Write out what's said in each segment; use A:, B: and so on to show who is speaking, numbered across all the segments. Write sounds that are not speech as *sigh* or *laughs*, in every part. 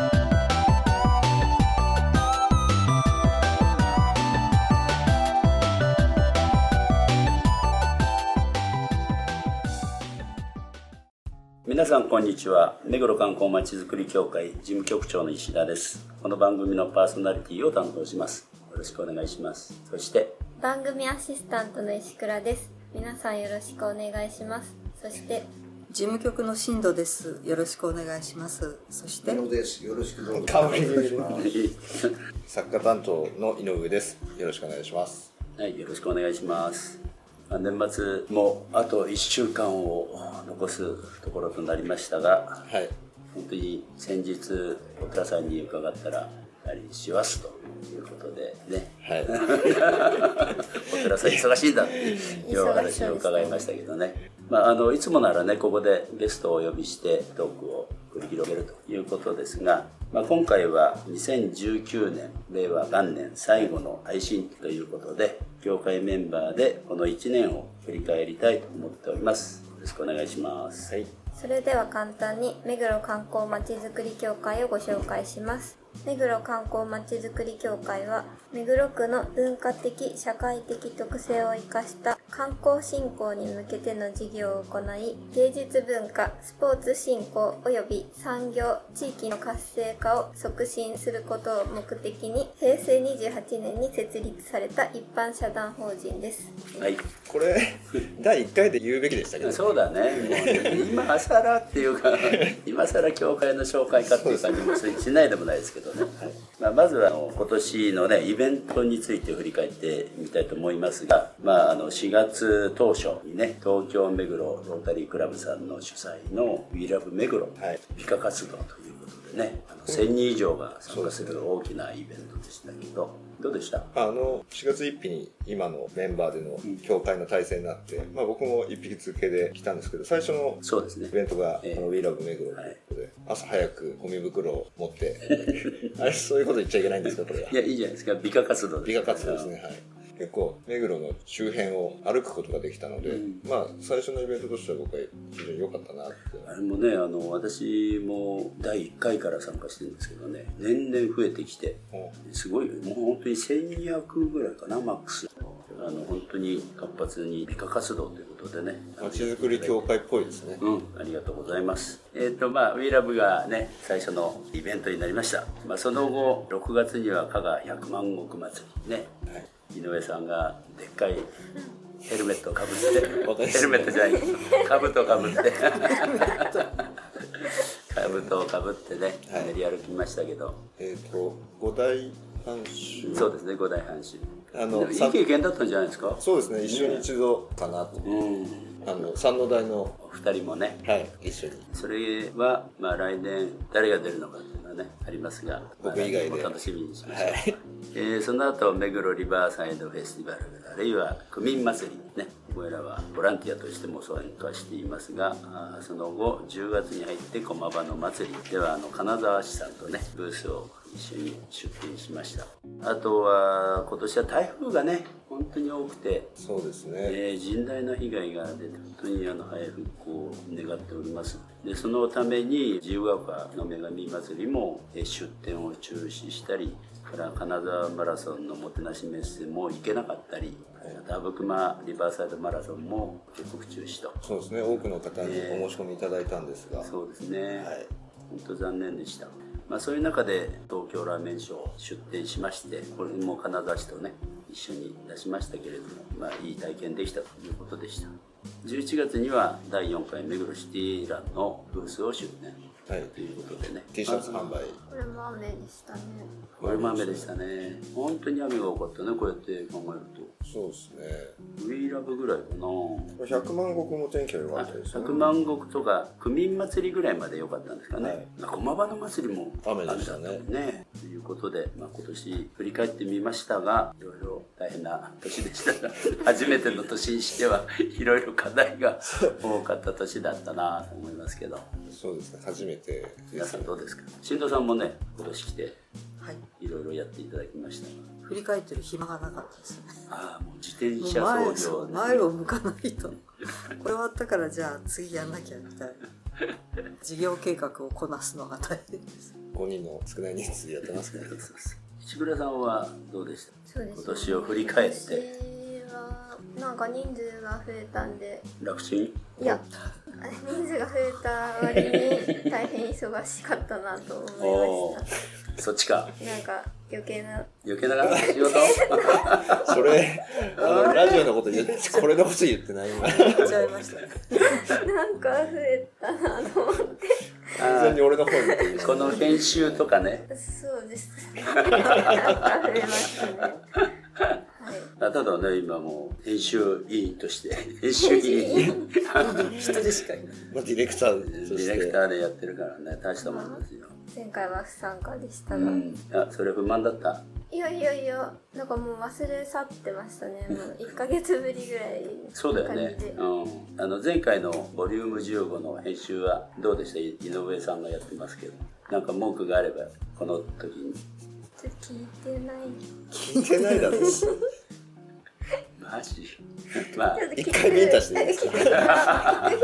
A: ィです
B: 皆さんこんにちは目黒観光まちづくり協会事務局長の石田ですこの番組のパーソナリティを担当しますよろしくお願いしますそして *laughs*
A: 番組アシスタントの石倉です皆さんよろしくお願いしますそして
C: 事務局の進藤です。よろしくお願いします。そして
D: 井、上です。よろしくどうぞ。
E: 作家担当の井上です。よろしくお願いします。
B: はいよろしくお願いしますまあ年末もあと1週間を残すところとなりましたが
E: はい。
B: 本当に先日お田さんに伺ったらやはり師走ということでね
E: はい。
B: お寺さん忙しいんだっていうお話を伺いましたけどね、まあ、あのいつもならねここでゲストをお呼びしてトークを繰り広げるということですが、まあ、今回は2019年令和元年最後の配信ということで業界メンバーでこの1年を振り返りたいと思っておりますよろしくお願いします
E: はい。
A: それでは簡単に目黒観光まちづくり協会をご紹介します目黒観光まちづくり協会は目黒区の文化的社会的特性を生かした観光振興に向けての事業を行い芸術文化スポーツ振興及び産業地域の活性化を促進することを目的に平成28年に設立された一般社団法人です
B: はい
E: これ、第1回で言うべきでしたけど、
B: *laughs* そうだねもうね今更っていう
E: *laughs*
B: か今更教会の紹介かっていう感じもしないでもないですけどね、まあ、まずはあの今年のねイベントについて振り返ってみたいと思いますが、まあ、あの4月当初にね東京目黒ロータリークラブさんの主催の「WeLove 目黒」
E: はい
B: 美化活動ということでねあの1000人以上が参加する大きなイベントでしたけどどうでした
E: あの、4月1日に今のメンバーでの協会の体制になって、まあ僕も一匹付けで来たんですけど、最初の
B: そうですね
E: イベントが、
B: ええ
E: この We Love 目黒ということで、朝早くゴミ袋を
B: *laughs*
E: 持って、あれ、そういうこと言っちゃいけないんですか、これは。
B: いやいいじゃないですか美化活動
E: 美化活動ですね、はい。結構、目黒の周辺を歩くことができたので、まあ、最初のイベントとしては僕は非常に良かったなって。
B: あれもねあの私も第1回から参加してるんですけどね年々増えてきて
E: も
B: すごいよもう本当に1200ぐらいかなマックスあの本当に活発に美化活動ということでね
E: うまちづくり協会っぽいですね。
B: うん、ありがとうございます。えっ、とまあ We Love がね最初のイベントになりました。まあその後6月には加賀百万石祭りね、井上さんがでっかいヘルメットをかぶって、
E: 私
B: ヘルメットじゃない、かぶとかぶ
E: *laughs*
B: って。かぶとをかぶってね、
E: はい
B: 練り歩きましたけど、
E: えっ、と、五大半周。
B: そうですね、五大藩主。
E: あ
B: でも
E: の、
B: いい
E: さ
B: 経験だったんじゃないですか。
E: そうですね、一緒に一度かなと。
B: うん、
E: あの、三の大の、
B: お二人もね、
E: はい、一緒に。
B: それは、まあ、来年誰が出るのかっていうのはねありますが
E: 僕以外で
B: まあ来年も楽しみにしましょう、えーその後目黒リバーサイドフェスティバルあるいは区民祭りね僕らはボランティアとしても参加していますがあーその後10月に入って駒場の祭りではあの金沢市さんとねブースを一緒に出展しましたあとは今年は台風がね本当に多くて
E: そうですね。
B: えー甚大な被害が出て本当にあの早い復興を願っておりますでそのために自由が丘の女神祭りも、えー出店を中止したりから金沢マラソンのもてなしメッセも行けなかったりあと阿武隈リバーサイドマラソンも結局中止と
E: そうですね、多くの方にお申し込みいただいたんですが、
B: そうですね、
E: はい
B: 本当残念でした、まあ、そういう中で東京ラーメンショー出店しましてこれも金沢市とね一緒に出しましたけれども、まあ、いい体験できたということでした11月には第4回目黒シティランのブースを出店
E: はい
B: ということでね
E: T シャツ販売。
A: これも雨でしたね
B: これも雨でしたね本当に雨が多かったねこうやって考える
E: そうですね。
B: と「WeLove」ぐらいかな
E: 100万石も天気が良か
B: あ
E: ったですね。
B: 百万石とか区民祭りぐらいまで良かったんですかね、
E: はい
B: まあ駒場の祭りも
E: 雨でしたね
B: 雨だったもんねということで、まあ、今年振り返ってみましたがいろいろ大変な年でしたが *laughs* 初めての年にしてはいろいろ課題が多かった年だったなと思いますけど
E: そうですね初めてで
B: 皆
E: す
B: さんどうですか新藤さんもね今年来て
C: はい
B: いろいろやっていただきましたが
C: 振り返ってる暇がなかったですね
B: ああもう自転
C: もう
B: 車
C: 前
B: 操
C: そう
B: 業
C: 前を向かないとこれ終わったからじゃあ次やんなきゃみたいな事業計画をこなすのが大変です
E: 5人の少ない人数でやってますから
B: そうそうそう石倉さんはどうでした
A: そうですね
B: 今年を振り返って
A: 私はなんか人数が増えたんで
B: 楽ちん
A: いや人数が増えた割に大変忙しかったなと思いまし
B: そっちか
A: たなんか余計な
B: 余計ながら仕事 *laughs*
E: それあのラジオのこと言ってこれのこと言ってない今完
C: やっちゃいましたね
A: なんか増えたなと思って
E: 全に俺の方に言ってる
B: この編集とかね
A: そうですねなんか増えましたねはい
B: あただね今もう編集委員として編集委員
C: 一人しかいない
E: まあディレクター
B: デ
E: とし
B: ィレクタ
E: て
B: ーでやってるからね大したもんですよ、
A: 前回は不参加でした
B: う
A: が、
B: ん、あそれ不満だった
A: いやいやいやなんかもう忘れ去ってましたねもう1ヶ月ぶりぐらい
B: そうだよね
A: 感じで、
B: うん、あの前回のボリューム15の編集はどうでしたい井上さんがやってますけどなんか文句があればこの時に
A: ちょっと聞いてない
E: 聞いてないだろ
B: マジ *laughs* まあ
A: ちょっと聞いて
E: 一回ビンタしてるんです
A: 聞く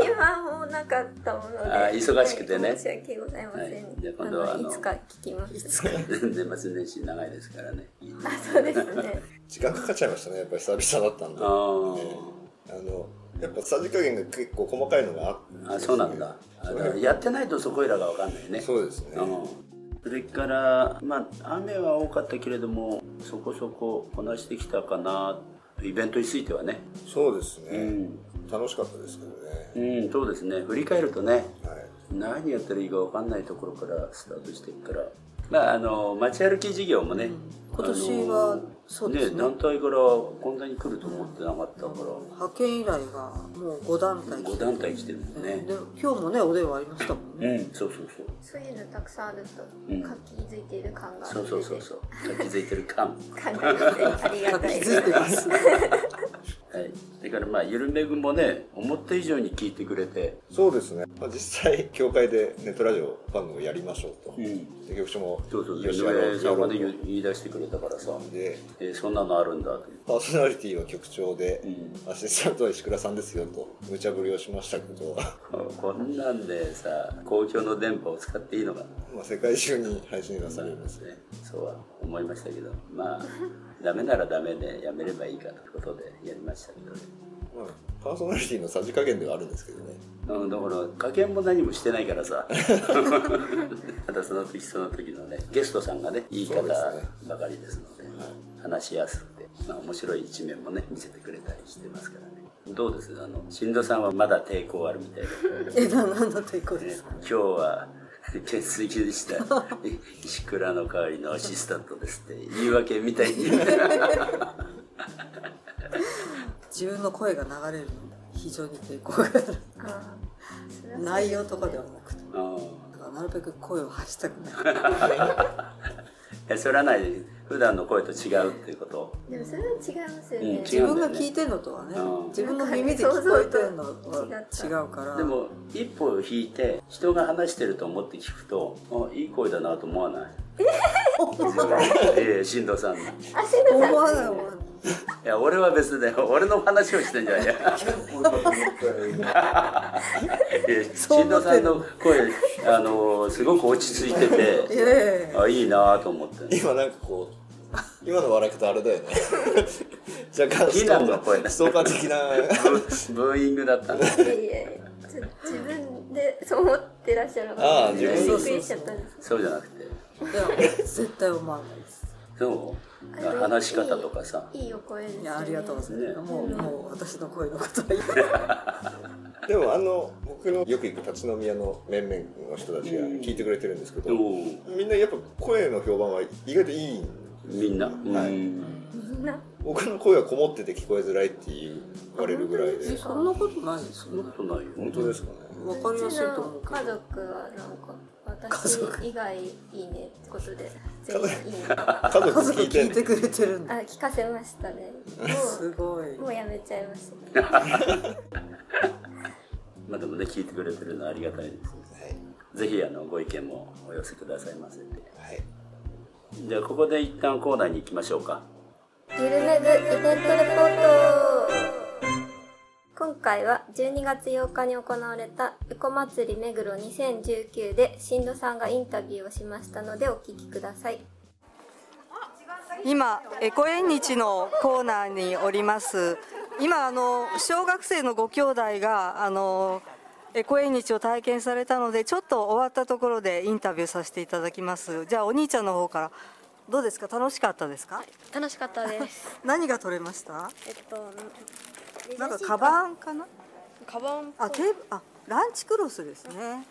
A: 暇もなかったもので
B: あ忙しくてね
A: はい申し訳ございません、
B: はいじゃあ
A: あ
B: 今度はあの
A: のいつか聞きます
B: 年末年始長いですからね
A: あそうですね
E: 時間かかっちゃいましたねやっぱり久々だったんで
B: あー
E: あのやっぱさじ加減が結構細かいのがあって
B: あそうなんだあだからやってないとそこいらが分かんないね
E: そうですね
B: うんそれからまあ雨は多かったけれどもそこそここなしてきたかなイベントについてはね
E: そうです
B: う
E: ね、
B: ん、
E: 楽しかったですけどね、
B: うん、そうですね振り返るとね
E: はい
B: 何やったらいいか分かんないところからスタートしていくからまああの街歩き事業もね、
C: 今年は
B: あの
C: そうですね
B: 団体からこんなに来ると思ってなかったから
C: 派遣依頼がもう5団体
B: 5団体来てるもんね
C: で今日もねお電話ありましたもんね
B: うんそうそうそう
A: そういうのたくさんあると
B: うん
A: 活気づいている感が
B: そうそうそうそう気づいてる感
A: 感じてありが
C: 気
A: たいです
C: づいてます
B: はい、それからまあゆるめぐもね思った以上に聞いてくれて、
E: そうですね、まあ、実際教会でネットラジオ番組をやりましょうと、
B: ん、
E: で局長も
B: そうそう
E: 吉
B: 吉
E: 原
B: 村さんがね
E: で
B: 言言い出してくれたからさ、
E: で
B: えーそんなのあるんだという、
E: パーソナリティは局長で、
B: ん
E: アシスタントは石倉さんですよと無茶ぶりをしましたけど *laughs* ま
B: ここんなんでさ公共の電波を使っていいのかな
E: あ世界中に配信なされますね
B: ねそうは思いましたけどまあダメならダメでやめればいいかということでやりましたけどね、
E: まあ、パーソナリティのさじ加減ではあるんですけど
B: *laughs*
E: ね
B: うん、だから加減も何もしてないからさ *laughs* ただその時その時のねゲストさんがねいい方ばかりですので話しやすくて、まあ、面白い一面もね見せてくれたりしてますからねどうですあの新藤さんはまだ抵抗あるみたいで、
C: えななんだということで
B: ね
C: すか、
B: 今日は欠席でした石倉の代わりのアシスタントですって言い訳みた
C: *laughs*
B: いに
C: 自分の声が流れるのに非常に抵抗がある
A: *laughs* あーそれはそう
C: 内容とかではなくて
B: うん
C: だからなるべく声を発したくない
B: いやそれはない普段の声と違うっていうこと
A: でもそれは違いますよ
B: うん
A: ね、
B: 違
C: 自分が聞いてんのとはね
B: うん
C: 自分の耳で聞こえてるのは違うから
B: でも一歩引いて人が話してると思って聞くとあいい声だなと思わないええ進藤さんのい
C: 思わない思わない
B: や俺は別で俺の話をしてんじゃないええ
C: *laughs* そう
B: 進藤
C: 思って
B: さん
C: る
B: の声あのすごく落ち着いて
C: い
B: て
C: やいやいや
B: あいいなと思って
E: 今なんかこう今の笑い方あれだよね
B: *laughs*
E: 若干
B: 非
E: スト
B: 難
E: ーカ
B: の声
E: ーストーカー的な *laughs*
B: ブブーイングだったんだ
A: いやいやいやちょ自分でそう思ってらっしゃるの
E: ああ
A: がび
E: 自
A: っ
E: 分
A: くりしちゃったんです
B: そうじゃなくて
C: いや絶対思わないです
B: そう話し方とかさ
A: いいお声ですよ
C: い
A: ね *laughs*
C: やありがとうございます、
B: ね
C: もうもう私の声のことは言
E: でもあの僕のよく行く立ち飲み屋の面々の人たちが聞いてくれてるんですけど、
B: うん
E: みんなやっぱ声の評判は意外といいん
B: みんな、うん
A: みんな
E: 僕の声はこもってて聞こえづらいって言われるぐらい
C: え
E: で
C: そんなことないです
B: そん
C: よ
B: な
C: ね
B: ことないよ
E: 本当ですかね
C: わかりやすいと思
A: う
C: う
A: ちの
C: け
A: 家
C: ど
A: 族はなんか私以外いいねってことで全員いい
B: *laughs*
A: ねあ
E: 家族
F: 家族
E: 聞い
F: 聞
E: てん
F: い
E: の
F: てくれてるんだ
A: 聞かせました
B: *laughs*
A: ね
F: すごい
A: もうもうやめちゃいました
B: まあでもね聞いてくれてるのはありがたいです
E: はい
B: ぜひあのご意見もお寄せくださいませ
E: はい
B: じゃあここで一旦コーナーに行きましょうか
A: ゆるめぐイベントレポート今回は12月8日に行われたエコ祭り目黒2019で新藤さんがインタビューをしましたのでお聞きください
C: 今エコ縁日のコーナーにおります今あの小学生のご兄弟があのエコ縁日を体験されたのでちょっと終わったところでインタビューさせていただきますじゃあお兄ちゃんの方からどうですか楽しかったですか
G: 楽しかった
A: *laughs*
G: です。
C: 何が取れました
G: えっと、
C: なんかカバンかな
G: カバン。
C: あテーブあランチクロスですね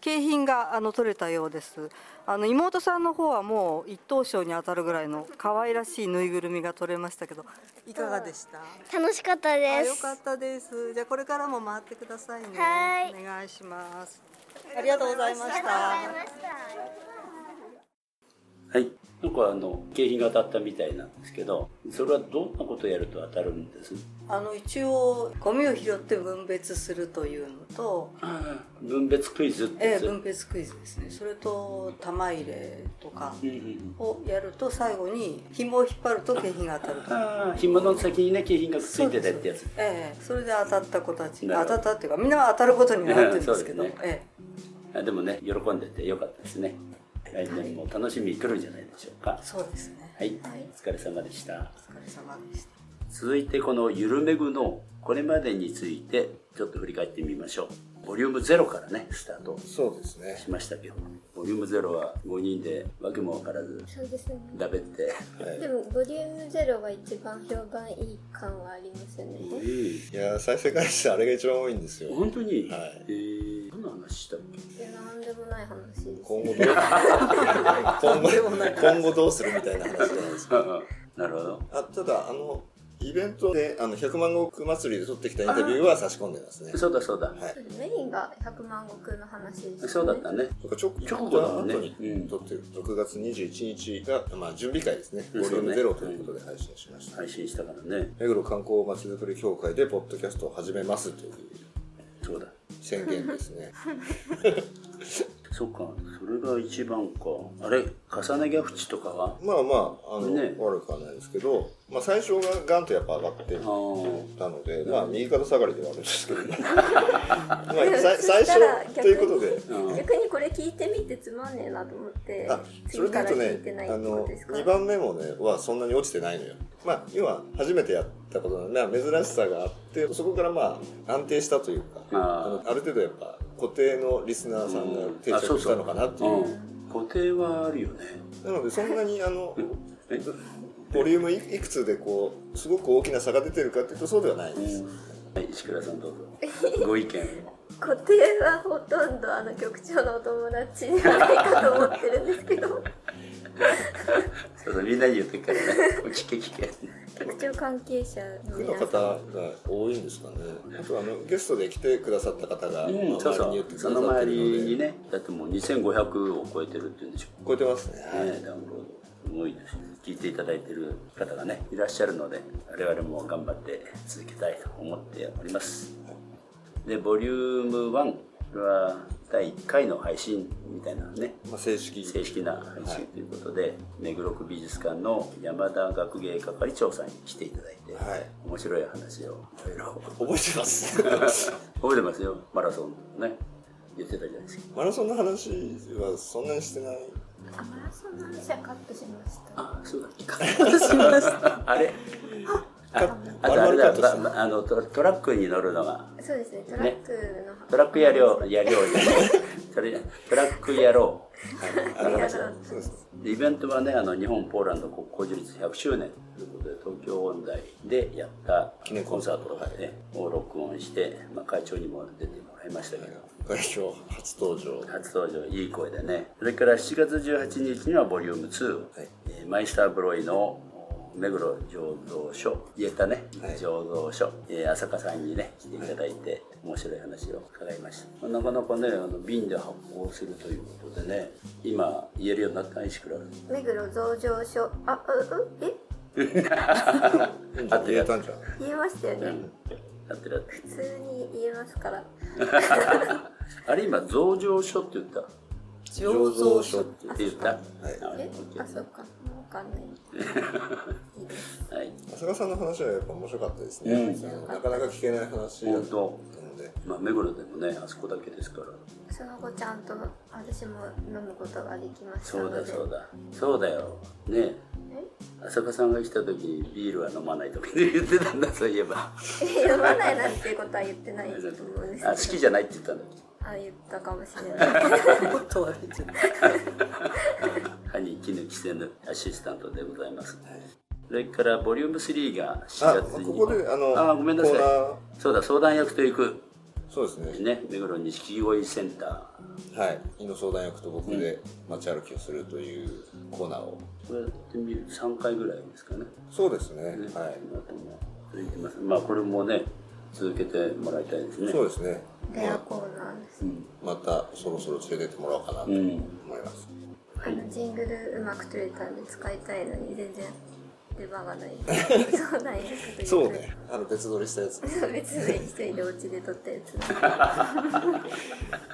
C: 景品があの取れたようですあの妹さんの方はもう一等賞に当たるぐらいの可愛らしいぬいぐるみが取れましたけどいかがでした
G: 楽しかった
C: あ
G: で
C: よ
G: す。
C: かったですじゃあこれからも回ってくださいね
G: はい
C: お願いしますありがとうございました
B: はいなんかあの景品が当たったみたいなんですけどそれはどんなことをやると当たるんです
C: あの一応ゴミを拾って分別するというのと
B: 分別クイズって
C: え
B: や
C: え
B: つ、
C: 分別クイズですねそれと玉入れとか
B: うんうんうん
C: をやると最後に紐を引っ張ると景品が当たると
B: ああ紐の先にね景品がついてたってやつ
C: ええ、それで当たった子たち
B: なる
C: 当
B: ほど
C: たったっていうかみんなは当たることになってるんですけど、
B: そうです
C: え
B: あでもね喜んでてよかったですね来年も楽しみに来るんじゃないでしょうか
C: え、そうですね
B: はい、お疲れ様でした
C: お疲れ様
B: *laughs*
C: でした
B: 続いてこの「ゆるめぐ」のこれまでについてちょっと振り返ってみましょうボリューム0からねスタート
E: そうですね
B: しましたけどボリューム0は5人で訳も分からず
A: そうですね
B: だべって
E: はい
A: でもボリュームゼロが一番評判いい感はありますよね
E: いやー再生回数あれが一番多いんですよ
B: 本当に、
E: はい
B: えー、どんな話したっけ
A: いやなんでもない話です
E: 今後 *laughs* どう今後今後どうするみたいな話じゃないですか
B: ああなるほど
E: あただあのイベントであの100万石祭りで撮ってきたインタビューは差し込んでますね
B: そうだそうだ
A: メインが100万石の話です、ね、
B: そうだったね
E: そうかちょ
B: 直後だもんね
E: 後に
B: うん
E: 撮ってる6月21日が、まあ、準備会ですね
B: う
E: ボ
B: ん
E: リューム
B: そう
E: 0
B: ね
E: ということで配信しました、
B: 配信したからね
E: 目黒観光まちづくり協会でポッドキャストを始めますという
B: そうだ
E: 宣言ですね
B: そっかそれが一番かあれ重ねが縁とかは
E: まあまああの、
B: ね
E: 悪くはないですけど、まあ、最初がガンとやっぱ上がって
B: ああ
E: たので、まあ、右肩下がりではあるんですけ
A: *laughs*
E: ど、まあ、さい最初ということで
B: うん
A: 逆にこれ聞いてみてつまんねえなと思って
E: あそれ
A: 次
E: で
A: か
E: 言
A: ら
E: うと
A: 聞いてな
E: ね
A: い
E: あ
A: ってこ
E: の
A: とですか
E: 2番目もねはそんなに落ちてないのよまあ要は初めてやったことの、ね、珍しさがあってそこからまあ安定したというか
B: あ
E: あ
B: ー
E: のある程度やっぱ固定のリスナーさんが定
B: あそう
E: 着し
B: そう
E: たのかなっていう,、
B: うん固定はあるよね
E: なのでそんなにあの
B: え
E: ボリュームいいくつでこうすごく大きな差が出てるかっていうとそうではないです、
B: はい石倉さんどうぞご意見を
A: 固定はほとんどあの局長のお友達じゃないかと思ってるんですけど
B: そうそうみんなに言ってっからね
E: *laughs*
B: 聞け聞け
A: 局長関係者の
E: 区の
A: 皆さ
E: 方
A: ん
E: が多いんですかねあとあのゲストで来てくださった方が、まあ
B: そう
E: 周り
B: そ
E: に言っ
B: う
E: てくだ
B: そ
E: さ
B: の
E: って
B: 周
E: る
B: り
E: ので
B: にねだってもう2500を超えてるっていうんでしょ
E: 超えてますね、
B: ね、ダウンロードすごいです聞いていただいてる方がねいらっしゃるので我々も頑張って続けたいと思っておりますでボリューム1これは第1回の配信みたいなね
E: まあ、正式
B: 正式な配信ということで、目黒区美術館の山田学芸係長さんに来ていただいて、
E: はい
B: 面白い話をいろいろ
E: 覚えてます
B: *laughs* 覚えてますよマラソンのね言ってたじゃないですか
E: マラソンの話はそんなにしてない
A: あマラソンの話はカットしました
B: あそうだっけかあれああとあれだ
E: 丸々カットした
B: ばばあのトトラックに乗るのが
A: そうですねトラックの
B: トラックやりょうやり
E: *laughs*
B: ょうそれトラックやろうあの話だ
E: そうです
B: でイベントはねあの日本ポーランド国交樹立100周年ということで東京音大でやった
E: 記念
B: コ
E: コ
B: ン
E: ン
B: サ
E: サ
B: ー
E: ー
B: ト
E: ト
B: を,、ねを録音して、まあ、会長にも出てもらいましたけど
E: 代表初登場
B: 初登場いい声でねそれから7月18日にはボリューム2を、
E: はい
B: えーマイスターブロイのお目黒醸造所言えたね、
E: はい
B: 醸造所、えー浅香さんにね来ていただいて面白い話を伺いましたなかなかねあの瓶で発酵するということでね今言えるようになった石倉
A: 目黒増上所あううえ
E: うんじゃあ言えたんじゃん。
A: 言えましたよね、
B: やってる
A: 普通に言えますから
B: あれ今増上所って言った
C: 醸造所
B: って言ったはい
A: え
B: オッ
A: あ
B: ケ
A: そ
B: ー
A: うかわかんないいいです
B: はい
E: 浅川さんの話はやっぱ面白かったですね。
B: うん
E: あのなかなか聞けない話だ
B: 本
E: った
B: 当
E: ので。
B: まあ目黒でもねあそこだけですから
A: その後ちゃんと私も飲むことができました
B: そう
A: の
B: だ
A: で
B: そうだそうだよね浅香さんが来た時にビールは飲まないとか言ってたんだ *laughs* そういえば
A: *laughs* え飲まないなんていうことは言ってないと思うんですけど
B: あ好きじゃないって言ったんだっけ
A: あ言ったかもしれない
C: もっと悪いじゃん
B: 歯に息抜きせぬアシスタントでございます、それからボリューム3が
E: あ
B: 4月、に
E: ここであの
B: あごめんなさい
E: コーナー
B: そうだ相談役と行く
E: そうですね。
B: ね目黒錦鯉センタ
E: はい。井の相談役と僕で街歩きをするというコーナーを。
B: ーこれやってみる3回ぐらいですかね
E: そうですね。
B: ね
E: は
B: 今とも続いてますまあこれもね続けてもらいたいですね
E: い。そうですね。
A: レアコーナーです
E: またそろそろ連れてってもらおうかなと
B: う
E: 思い
B: ん
E: ます。
A: あのジングルうまく取れたんで使いたいのに全然出番がないそうなんです
E: そうね。あの別撮りしたやつ。 *laughs*
A: 別に一人でお家で撮ったやつなん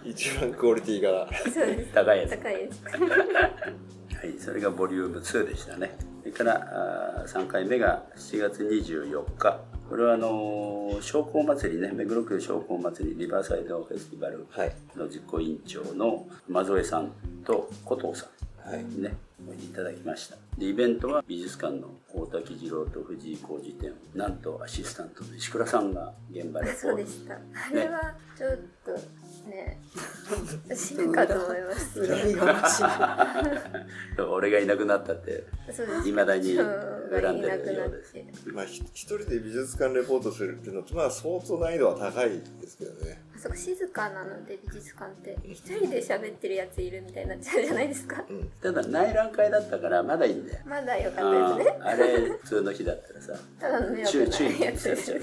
E: 一番クオリティが。
A: でそうです
B: 高いやつ
A: 高いです
B: はい、それがボリューム2でしたね。それからあ3回目が7月24日。これはあのー商工祭りね、目黒区商工祭りリバーサイドフェスティバル
E: はい。
B: の実行委員長の間添さんと古藤さ
E: はい。
B: んにね、おいでいただきました。で、イベントは美術館の大滝二郎と藤井浩二展、なんとアシスタントの石倉さんが現場で
A: そうでしたあれはちょっと
B: *laughs*
A: ね死ぬかと思います
C: 恨みがましい
B: 俺がいなくなったって、
A: そうです
B: 未だに
A: 蝶が
B: 恨ん
A: い
B: で
A: なくな
B: る
A: っ
B: ようです。
A: て
E: まあ、ひ一人で美術館レポートするっていうのって、まあ、相当難易度は高いですけどね。
A: あそこ静かなので美術館って一人で喋ってるやついるみたいになっちゃうじゃないですか
E: うん。
B: ただ内覧会だったからまだいいんだよ。
A: まだ良かった
B: あ
A: ですね
B: ーあれ普通の日だったらさ
A: ただの迷
B: 注
A: 惑
B: 意注
A: な
B: 意
A: やつです
B: そう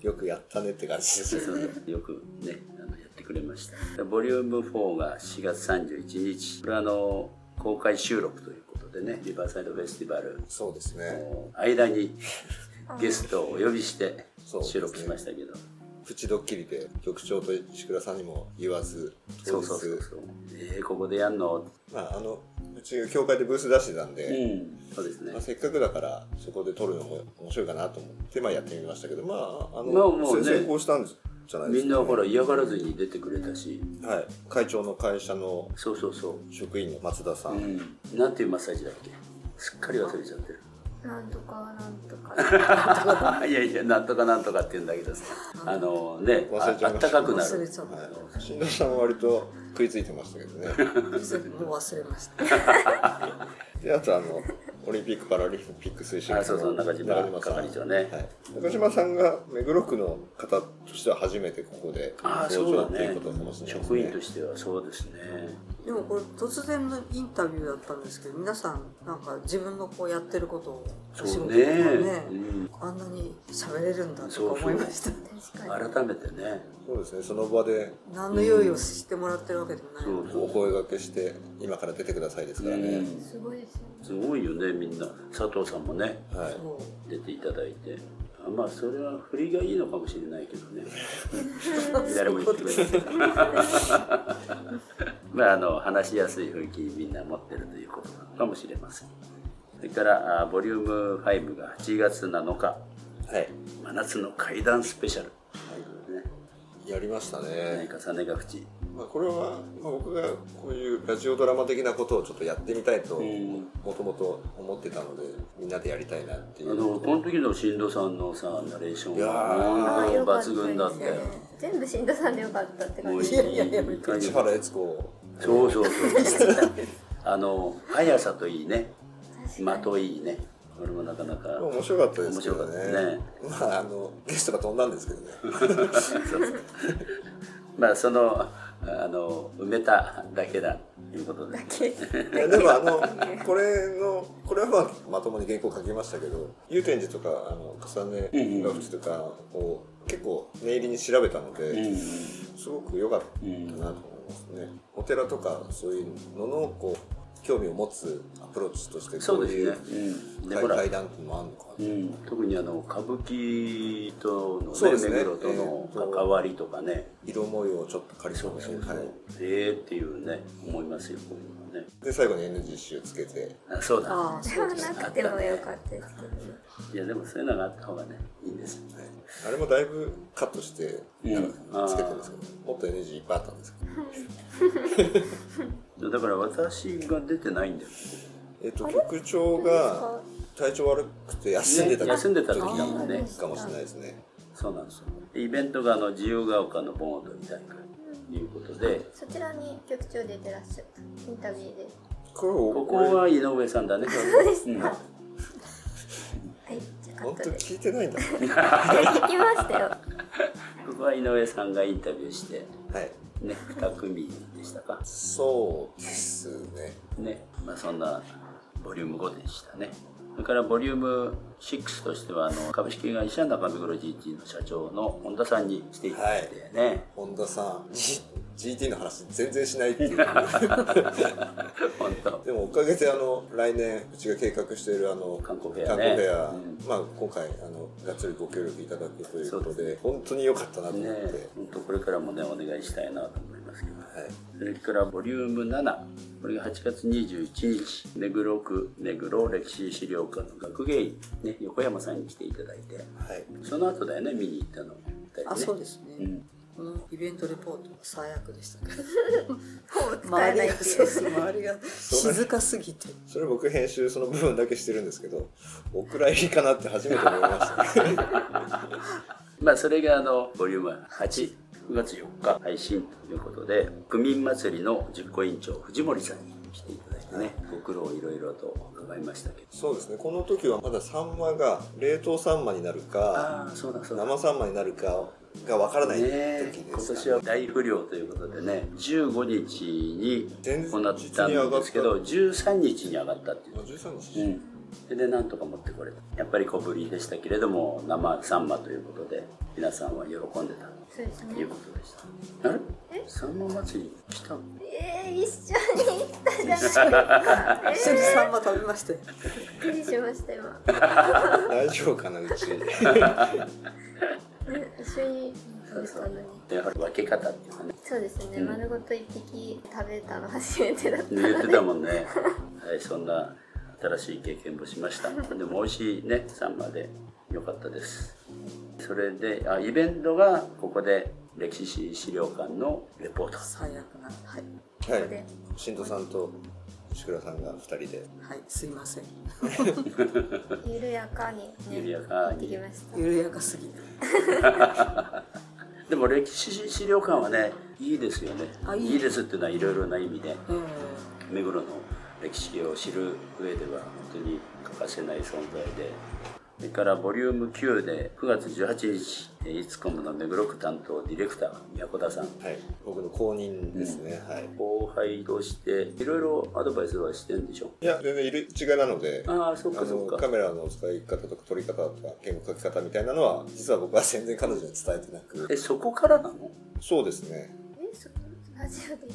E: よくやったねって感じですよね。
B: よくねあのやってくれましたでボリューム4が4月31日これはあの公開収録ということでねリバーサイドフェスティバル
E: *laughs* そうですね。
B: の間にゲストをお呼びして
E: そうです
B: 収
E: ね
B: 録しましたけど
E: プチドッキリで、局長と石倉さんにも言わず、
B: そ
E: 当
B: う
E: 日、
B: そうそうそうえー、ここでやんの
E: まあ、あの、うちが教会でブース出してたん
B: う
E: で、
B: んそうですね
E: まあ、せっかくだから、そこで撮るのも面白いかなと思って、まあ、やってみましたけど、まあ、あの、
B: まあもうね
E: せ成功したんじゃないで
B: み
E: す
B: ん
E: か、
B: なほら嫌がらずに出てくれたし
E: はい。会長の会社の
B: そうそうそ
E: 職員の松田さ、
B: う、うんん、なんていうマッサージだっけすっかり忘れちゃってる
A: なんとかはなんとか
B: いやいや、なんとか *laughs* なんとかって言うんだけどさ、あのね、
E: 忘
B: あ
E: れちゃ
B: あ
E: い
B: っ
E: ましたた
B: かくな
C: 忘れ
B: る。
C: ちゃった
E: はい、新藤さんは割と食いついてましたけどね
B: *laughs*
C: もう忘れました
E: であとあのオリンピック・パラリンピック推進
B: あそうそう中島係長ね
E: はい、中島さんが目黒区の方としては初めてここで
B: ああ、そう
E: 登場
B: だ
E: ってい
B: ね
E: うことかもし。れないです
B: 職員
E: ね
B: としてはそうですね。
C: でもこれ突然のインタビューだったんですけど皆さんなんか自分のこうやってることを
B: そ
C: お仕
B: う
C: 事
B: ね
C: とかね
B: うん
C: あんなに喋れるんだとか思いました
A: 確かに
B: 改めてね、
E: そうですねその場で
C: 何の用意をしてもらってるわけでもない、
B: そう
E: お
B: そ
E: 声掛けして今から出てくださいです
B: う。
E: からね、
B: うん
A: すごいですよね
B: すごいよね、みんな。佐藤さんもね、
E: はい
C: も
B: 出ていただいて。あまあ、それは振りがいいのかもしれないけどね。誰も言ってくれないけど。まあ、あの話しやすい雰囲気みんな持ってるということなのかもしれませんそれからあボリューム5が8月7日
E: はい
B: 真夏の怪談スペシャル、ね
E: やりましたね、
B: 何か重ねが淵
E: まあ、これは、まあ、僕がこういうラジオドラマ的なことをちょっとやってみたいと
B: ん
E: もともと思ってたのでみんなでやりたいなって
B: あ
E: いう
B: のこの時の新藤さんのさナレーション
E: いや
B: は
A: あー
B: 本
A: 良
B: 当
A: かっ
B: に
A: た
B: 抜群だったよ
A: ですね全部新藤さんでよかったって
B: も
A: 感
B: うい
A: じ
B: い
C: いやいやいや
B: 感じ
E: 市原悦子
B: そうそうそうあの速さといいね
A: 確か
B: *laughs* 間
A: に
B: といいねこれもなかなか
E: 面白かったですけど
B: 面
E: ね
B: 白かったね
E: まああのゲストが飛んだんですけどね
B: そうそうまあそのあの埋めただけだいうことで。
E: *laughs* いやでもあのこれのこれはまあまともに原稿書きましたけど祐天寺とかあの重ねが淵とかを結構念入りに調べたので、すごく良かったなと思いますね。お寺とかそういうののこう興味を持つアプローチとしてこ
B: そううで
E: いう
B: すね。うん、で
E: 大
B: ほら、
E: 会談っていうのもあるのかな。
B: うん、特にあの歌舞伎との、
E: そう
B: ね
E: ですね
B: 目黒との関わりとかね、
E: 色模様をちょっと借りそうですね。はい
B: ええっていうね思いますよこういうのはね。
E: で最後に NG 集つけて
B: あそうだ、
C: ああそうです
A: なくてもよかったですけどね
B: いやでもそういうのがあった方がねいいんですよね。
E: あれもだいぶカットしてなん
B: うん
E: かつけてるんですけど、もっと NG いっぱいあったんですけど、
B: だから私が出てないんだよ。
E: えっと局長が体調悪くて休んでた
B: ね休んでた時
E: 時
B: だもんね
E: かもしれないですね
B: そうなんですよ。でイベントがあの自由が丘の盆踊り大会ということで、
A: そちらに局長出てらっしゃったインタビューで
E: これ
B: ここは井上さん *laughs* だね。
A: *laughs*
B: うん
A: はいじゃあカ
E: 本
A: ッ
E: 当
A: トで
E: 聞いてないんだ
A: 聞きましたよ
B: ここは井上さんがインタビューして、
E: はい
B: ね、2組でしたか。
E: そうですね
B: ね、まあ、そんなボリューム5でしたね。それからボリューム6としては、あの、株式会社中目黒 GT の社長の本田さんに来ていただいてね、
E: 本田さん G- GT の話全然しないっていう
B: 本当。
E: でもおかげであの来年うちが計画しているあの
B: 観光フェアね
E: 観光フェア
B: うん
E: まあ、今回あのがっつりご協力いただくということ
B: そう
E: で本当に良かったなと思っ
B: ね
E: て、、
B: 本当これからもね、お願いしたいなと思いますけど。
E: はい
B: それからボリューム7これが8月21日目黒区目黒歴史資料館の学芸員、ね、横山さんに来ていただいて
E: はい
B: その後だよね見に行ったの、二人ね
C: あそうです
B: う
C: ね
B: ん
C: このイベントレポートは最悪でしたね
A: ほぼ使え
C: 周
A: な
C: り
A: い
C: が
A: って
C: そ
A: いうう
C: そう周りが静かすぎて
E: それ僕編集その部分だけしてるんですけどお蔵入りかなって初めて思いました
B: まあそれがあのボリューム89月4日配信ということで区民祭りの実行委員長藤森さんに来ていただいてねご苦労いろいろと伺いましたけど
E: そうですねこの時はまだサンマが冷凍サンマになるか
B: ああそうだそうだ
E: 生サンマになるかがわからない時
B: ね
E: です、ね、
B: 今年は大不良ということでね15日に行ったんですけど13日に上がったっていう
E: あ13日、
B: うん、それでなんとか持ってこれたやっぱり小ぶりでしたけれども生サンマということで皆さんは喜んでた
A: そうです
B: とい
A: ね
B: うことでしたあれサンマ祭り来たの
A: えー、一緒に行ったじゃないです
C: 一
A: か
C: 緒にサンマ食べまして
A: びっくりしました今
E: 大丈夫か
B: *laughs*
E: なうち
A: ね一緒にそうですかね
B: でやはり分け方っていうかね
A: そうですね、
B: うん
A: 丸ごと一匹食べたの初めてだった
B: 言ってたもんねはいそんな新しい経験もしましたでも美味しいねサンマでよかったですそれであイベントがここで歴史資料館のレポート
C: 最悪なはい
E: は
A: こで
E: い新藤さんと石倉さんが2人で
C: はいすいません
A: 緩やかに、ね、
B: 緩やかに
A: 行ってきました
C: 緩やかすぎて
B: でも歴史資料館はねいいですよね
C: あいい
B: いいですっていうのはいろいろな意味で
C: うん
B: 目黒の歴史を知る上では本当に欠かせない存在でそれからボリューム9で9月18日えーいつこもの目黒区担当ディレクター宮古田さん
E: はい僕の後任ですね、はい
B: 後輩としていろいろアドバイスはしてんでしょ
E: いや全然入れ違いなので
B: ああそっ
E: あ
B: かそ
E: の
B: っか
E: カメラの使い方とか撮り方とか言語書き方みたいなのは実は僕は全然彼女に伝えてなく
B: えそこからなの
E: そうですね
A: えそラジオで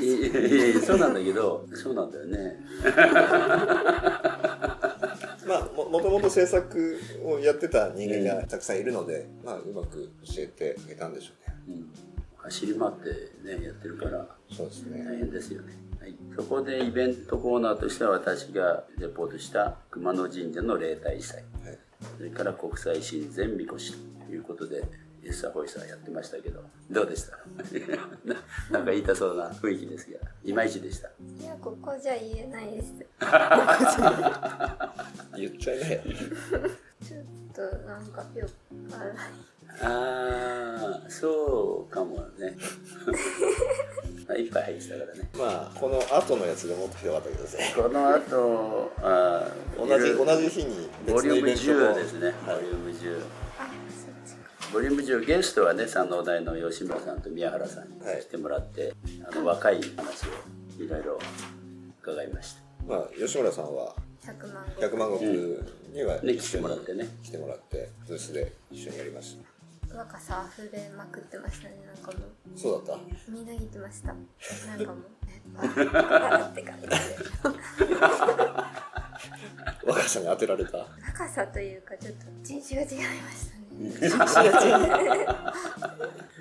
A: 言って
B: いやいやいやいやそうなんだけどそうなんだよね
E: まあももともと制作をやってた人間がたくさんいるので、まあ、うまく教えてあげたんでしょうね
B: うん走り回ってねやってるから
E: そうですね、
B: 大変ですよね、はい、そこでイベントコーナーとしては私がレポートした熊野神社の例大祭
E: はい
B: それから国際親善みこしということでエッサホイサーやってましたけどどうでした *laughs* ななんか言いたそうな雰囲気ですがいまいちでした
A: いやここじゃ言えないです
E: 言っちゃいなよ
A: ちょっとなんかよくあら
B: ああそうかもね *laughs* まあいっぱい入ってたからね
E: まあこの後のやつがもっとひどかったけどですね
B: この後あ
E: 同
B: と
E: じ同じ日に
B: ボ
E: 別
B: リ
E: の
B: ュー
E: イ
B: ム
E: ベントも
B: 10ですねボリューム10
A: あそっちか
B: ボリューム10ゲストはね三能大の吉村さんと宮原さんに来てもらって、あの若い話をいろいろ伺いました。
E: まあ吉村さんは
A: 100万石
E: 百万石には
B: ね来てもらってね
E: 来てもらってブースで一緒にやりました
A: 若さ溢れまくってましたねなんかもう
E: そうだっ
A: みなぎってましたなんかもうあって感じで
E: た若さに当てられた
A: 若さというかちょっと人種が違いましたね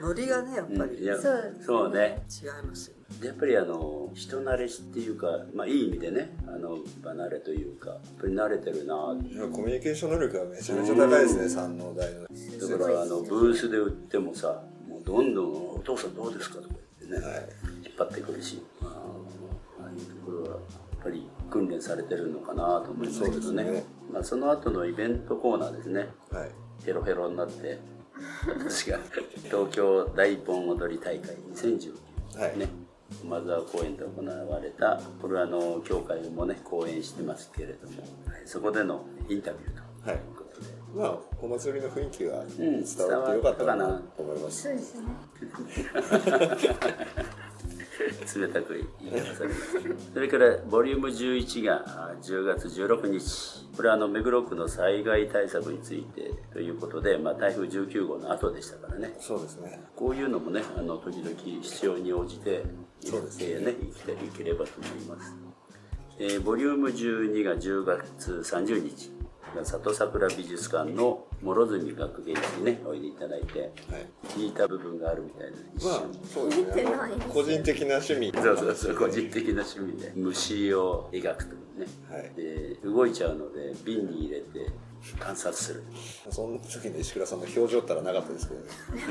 C: ノリがねやっぱり
B: い
C: 違い
B: や
A: そう
B: そうね
C: ますよね *laughs*
B: やっぱりあの人慣れしっていうか、まあ、いい意味でねあの離れというかやっぱり慣れてるなって
E: いやコミュニケーション能力がめちゃめちゃ高いですね山王大の
B: だからあのブースで売ってもさもうどんどん「お父さんどうですか?」とか言ってね、引っ張ってくるしあーああいうところはやっぱり訓練されてるのかなと思いますけど
E: そうで
B: ね
E: すね
B: まあ、その後のイベントコーナーですね
E: はい
B: ヘロヘロになって私
E: *laughs*
B: が東京大盆踊り大会2019
E: はい
B: ね駒沢公園で行われたこれはあの協会もね講演してますけれどもはいそこでのインタビューということで、
E: まあお祭りの雰囲気が伝
B: ん
E: わってよかったかなと思います、
A: そうですね
B: 冷たく言い方されますそれからボリューム11があ10月16日これはあの目黒区の災害対策についてということで、まあ、台風19号の後でしたからね
E: そうですね
B: こういうのもねあの時々必要に応じて
E: そうですね
B: えーね生きていければと思います、えーボリューム12が10月30日里桜美術館の諸角学芸室にねおいでいただいて
E: はい
B: 聞いた部分があるみたいな一
E: まあ
B: 瞬
E: そうですねあの個人的な趣味
B: そうそうそう個人的な趣味で虫を描くとかね、
E: はい
B: で動いちゃうので瓶に入れて観察する
E: その時の石倉さんの表情ったらなかったですけどね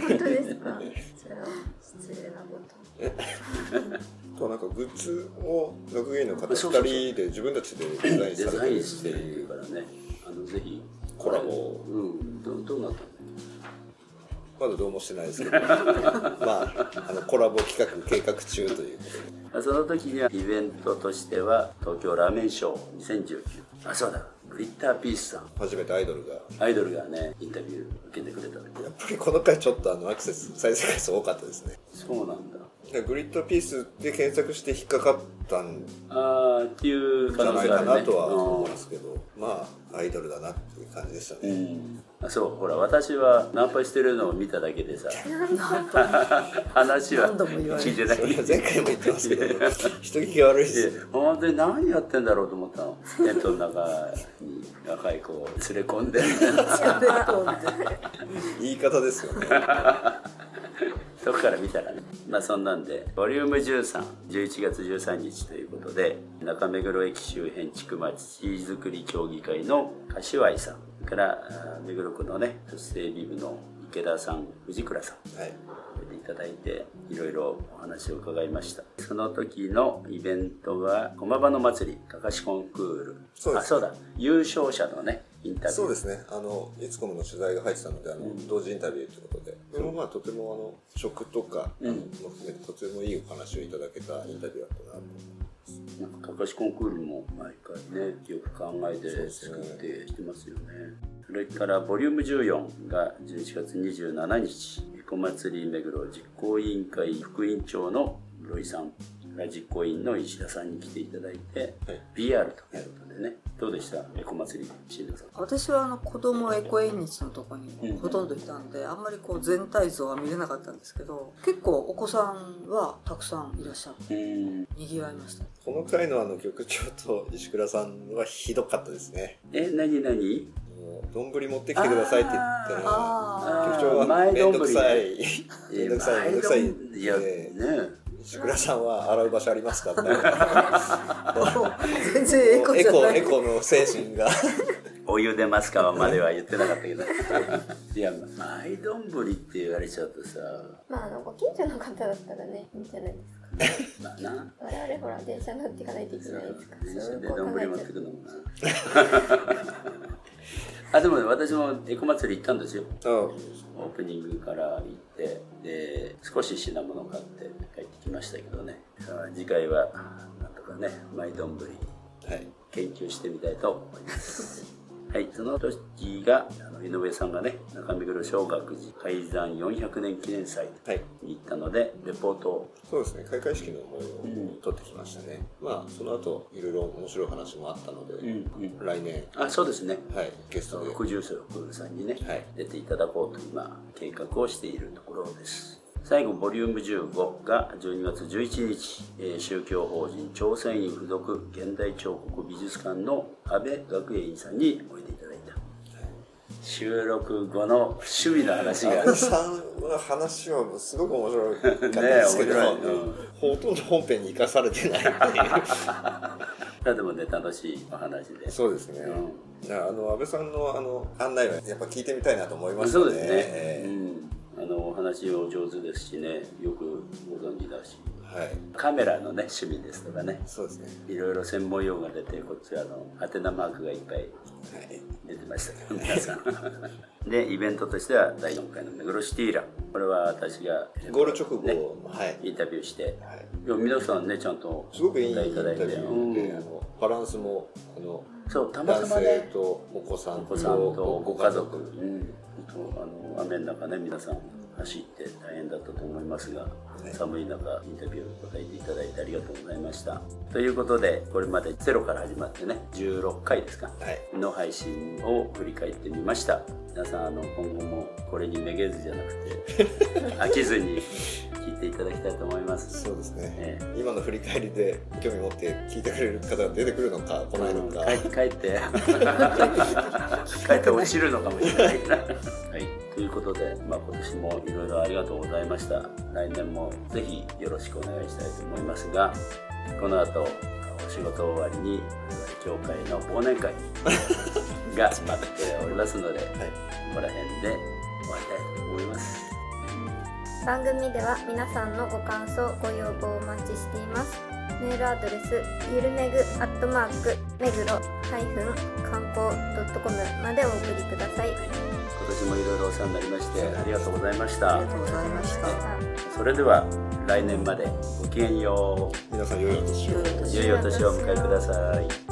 A: 本当ですかそれは失礼なこと
E: となんかグッズを学芸員の方
B: そうそうそう
E: 2人で自分たちでデザイ
B: デ
E: ンされ
B: ザ
E: て
B: イ
E: る
B: ン
E: *laughs* っ
B: してて
E: い
B: る
E: う
B: からねあのぜひ
E: コラボを
B: うんどどうなったんだっ
E: まだどうもしてないですけどまああのコラボ企画計画中というこ
B: けその時にはイベントとしては東京ラーメンショー2019あそうだクリッターピースさん
E: とで初めてアイドルが
B: アイドルがねインタビュー受けてくれた
E: やっぱりこの回ちょっとあのアクセス再生回数多かったですね
B: そうなんだ
E: でグリッドピースで検索して引っかかったん
B: ああっていう
E: じ
B: 可
E: ゃ
B: 能
E: ない
B: 性があ
E: か
B: るね
E: なとは思
B: う
E: い
B: ん
E: ますけど、まあアイドルだなっていう感じでしたね、
B: あそうほら私はナンパしてるのを見ただけ
C: *laughs*
B: でさ話は
C: 何度も言われる
B: 聞いてないい
E: 前回も言ってますけど人聞き悪い
B: や
E: し
B: 本当に何やってんだろうと思ったのテントの中に若い子を連れ込んで *laughs*
E: 言い方で
B: *laughs*
E: すよね
B: そこから見たらねまあそんなんでボリューム1311月13日ということで中目黒駅周辺地区町づくり協議会の柏井さんそれからあー目黒区のね都市整備部の池田さん藤倉さん
E: はい
B: おいでいただいていろいろお話を伺いましたその時のイベントは駒場の祭りかかしコンクール
E: そうですね
B: あそうだ優勝者のねインタビュー
E: そうですねあのいつこもの取材が入ってたのであの、同時インタビューということでそれもまあとてもあの食とかも含めてとてもいいお話をいただけたインタビューだったなと思い
B: なんかかかしコンクールも毎回ねよく考え
E: そうで
B: て
E: す
B: 作
E: ね
B: ってしてますよねそれからボリューム14が11月27日エコ祭り目黒実行委員会副委員長の室井さん実行委員の石田さんに来ていただいて、
E: はい
B: PR ということでねどうでしたエコ祭り石田さん
C: 私はあの子供エコ縁日のとこ
B: うん
C: にほとんどいたんであんまりこう全体像は見れなかったんですけど結構お子さんはたくさんいらっしゃる
B: うん
C: にぎわいました
E: この回のあの局長と石倉さんはひどかったですね
B: え、なになに
E: もう丼持ってきてくださいって言ったら
C: あ
B: あ
E: 局
B: ー
E: 長は
B: 前
E: めん
B: 丼
E: どくさいめんどくさいめんどくさいっ
B: いや、
E: て
B: ね
E: 石倉さんは洗う場所ありますかって
C: あ *laughs* 全 *laughs* 然エコ
E: エ
C: じゃ
E: コ
C: ない
E: エコの精
C: *laughs*
E: 神が
B: お湯出ますかまでは言ってなかった
A: *laughs*
B: けど。いや、前丼って言われちゃうとさ、
A: まああのご近所の方だったらねいいんじゃないですか
B: まあな。
A: 我々ほら電車乗っていかないといけないですから
B: 電
A: そういう
B: 車で
A: こ
B: 丼
A: と考え
B: 持っ
A: ちゃ
B: て
A: う
B: くるのもな。あ、でもね私もエコ祭り行ったんですよ。
E: う
B: オープニングから行ってで少し品物買って帰ってきましたけどねさあ次回はなんとかねマイ丼
E: んはい
B: 研究してみたいと思いますはい、その時があの井上さんがね中目黒小学寺開山400年記念祭
E: はい
B: に行ったのでレポートを
E: そうですね開会式の模様を撮ってきましたね、まあその後いろいろ面白い話もあったので、
B: んうん
E: 来年
B: あそうですね
E: はいゲストで
B: 副住職さんにね、
E: はい
B: 出ていただこうと今計画をしているところです最後ボリューム15が12月11日、えー宗教法人調査院附属現代彫刻美術館の阿部学芸員さんにおいでいただいた収録後の趣味の話が
E: 安倍さんの話はすごく面白かったですけど、
B: ねえ面白いうん
E: ほとんど本編に生かさ
B: *laughs*
E: れてないっていう
B: でもね楽しいお話で
E: そうですね、
B: う
E: いやあの安倍さんのあの案内はやっぱ聞いてみたいなと思いましたね
B: そうですね、
E: ええ
B: うん、あのお話も上手ですしねよくご存知だし
E: はい
B: カメラのね趣味ですとかね
E: そうですね
B: いろいろ専門用語が出てこっちはあのハテナマークがいっぱい
E: はい
B: 出てましたけど皆さ
E: *laughs*
B: んでイベントとしては第4回の目黒シティーランこれは私が
E: ゴール直後、
B: ね
E: はい
B: インタビューして、
E: はい
B: いや皆さんねちゃんと
E: すごくいいインタビ
B: いただ
E: ュ
B: いて
E: ーで、
B: う
E: あ
B: ん
E: のバランスもあの
B: そうたまた
E: 男
B: ま
E: 性
B: ね
E: とお子さん
B: お子さんと
E: と
B: ご家族、うん、本当あの雨の中ね皆さん走って大変だったと思いますが、
E: ね
B: 寒い中インタビューを答えていただいてありがとうございましたということでこれまでゼロから始まってね16回ですか、
E: はい
B: の配信を振り返ってみました皆さんあの今後もこれにめげずじゃなくて飽きずに聞いていただきたいと思います
E: そうですね、
B: え
E: 今の振り返りで興味持って聞いてくれる方が出てくるのか来ないのか、
B: 帰帰って帰って落ちるのかもしれないな、はい、ということで、まあ、今年もいろいろありがとうございました来年もぜひよろしくお願いしたいと思いますがこの後お仕事終わりに我々協会の忘年会が待っておりますので、ここら辺で終わりたいと思います
A: 番組では皆さんのご感想ご要望をお待ちしていますメールアドレスゆるめぐアットマークめぐろ観光 .com までお送りください
B: 今年もいろいろお世話になりましてありがとうございました
C: ありがとうございました。
B: それでは来年までごきげんよう
E: 皆さん良いお年を
B: 良いお年をお迎えください。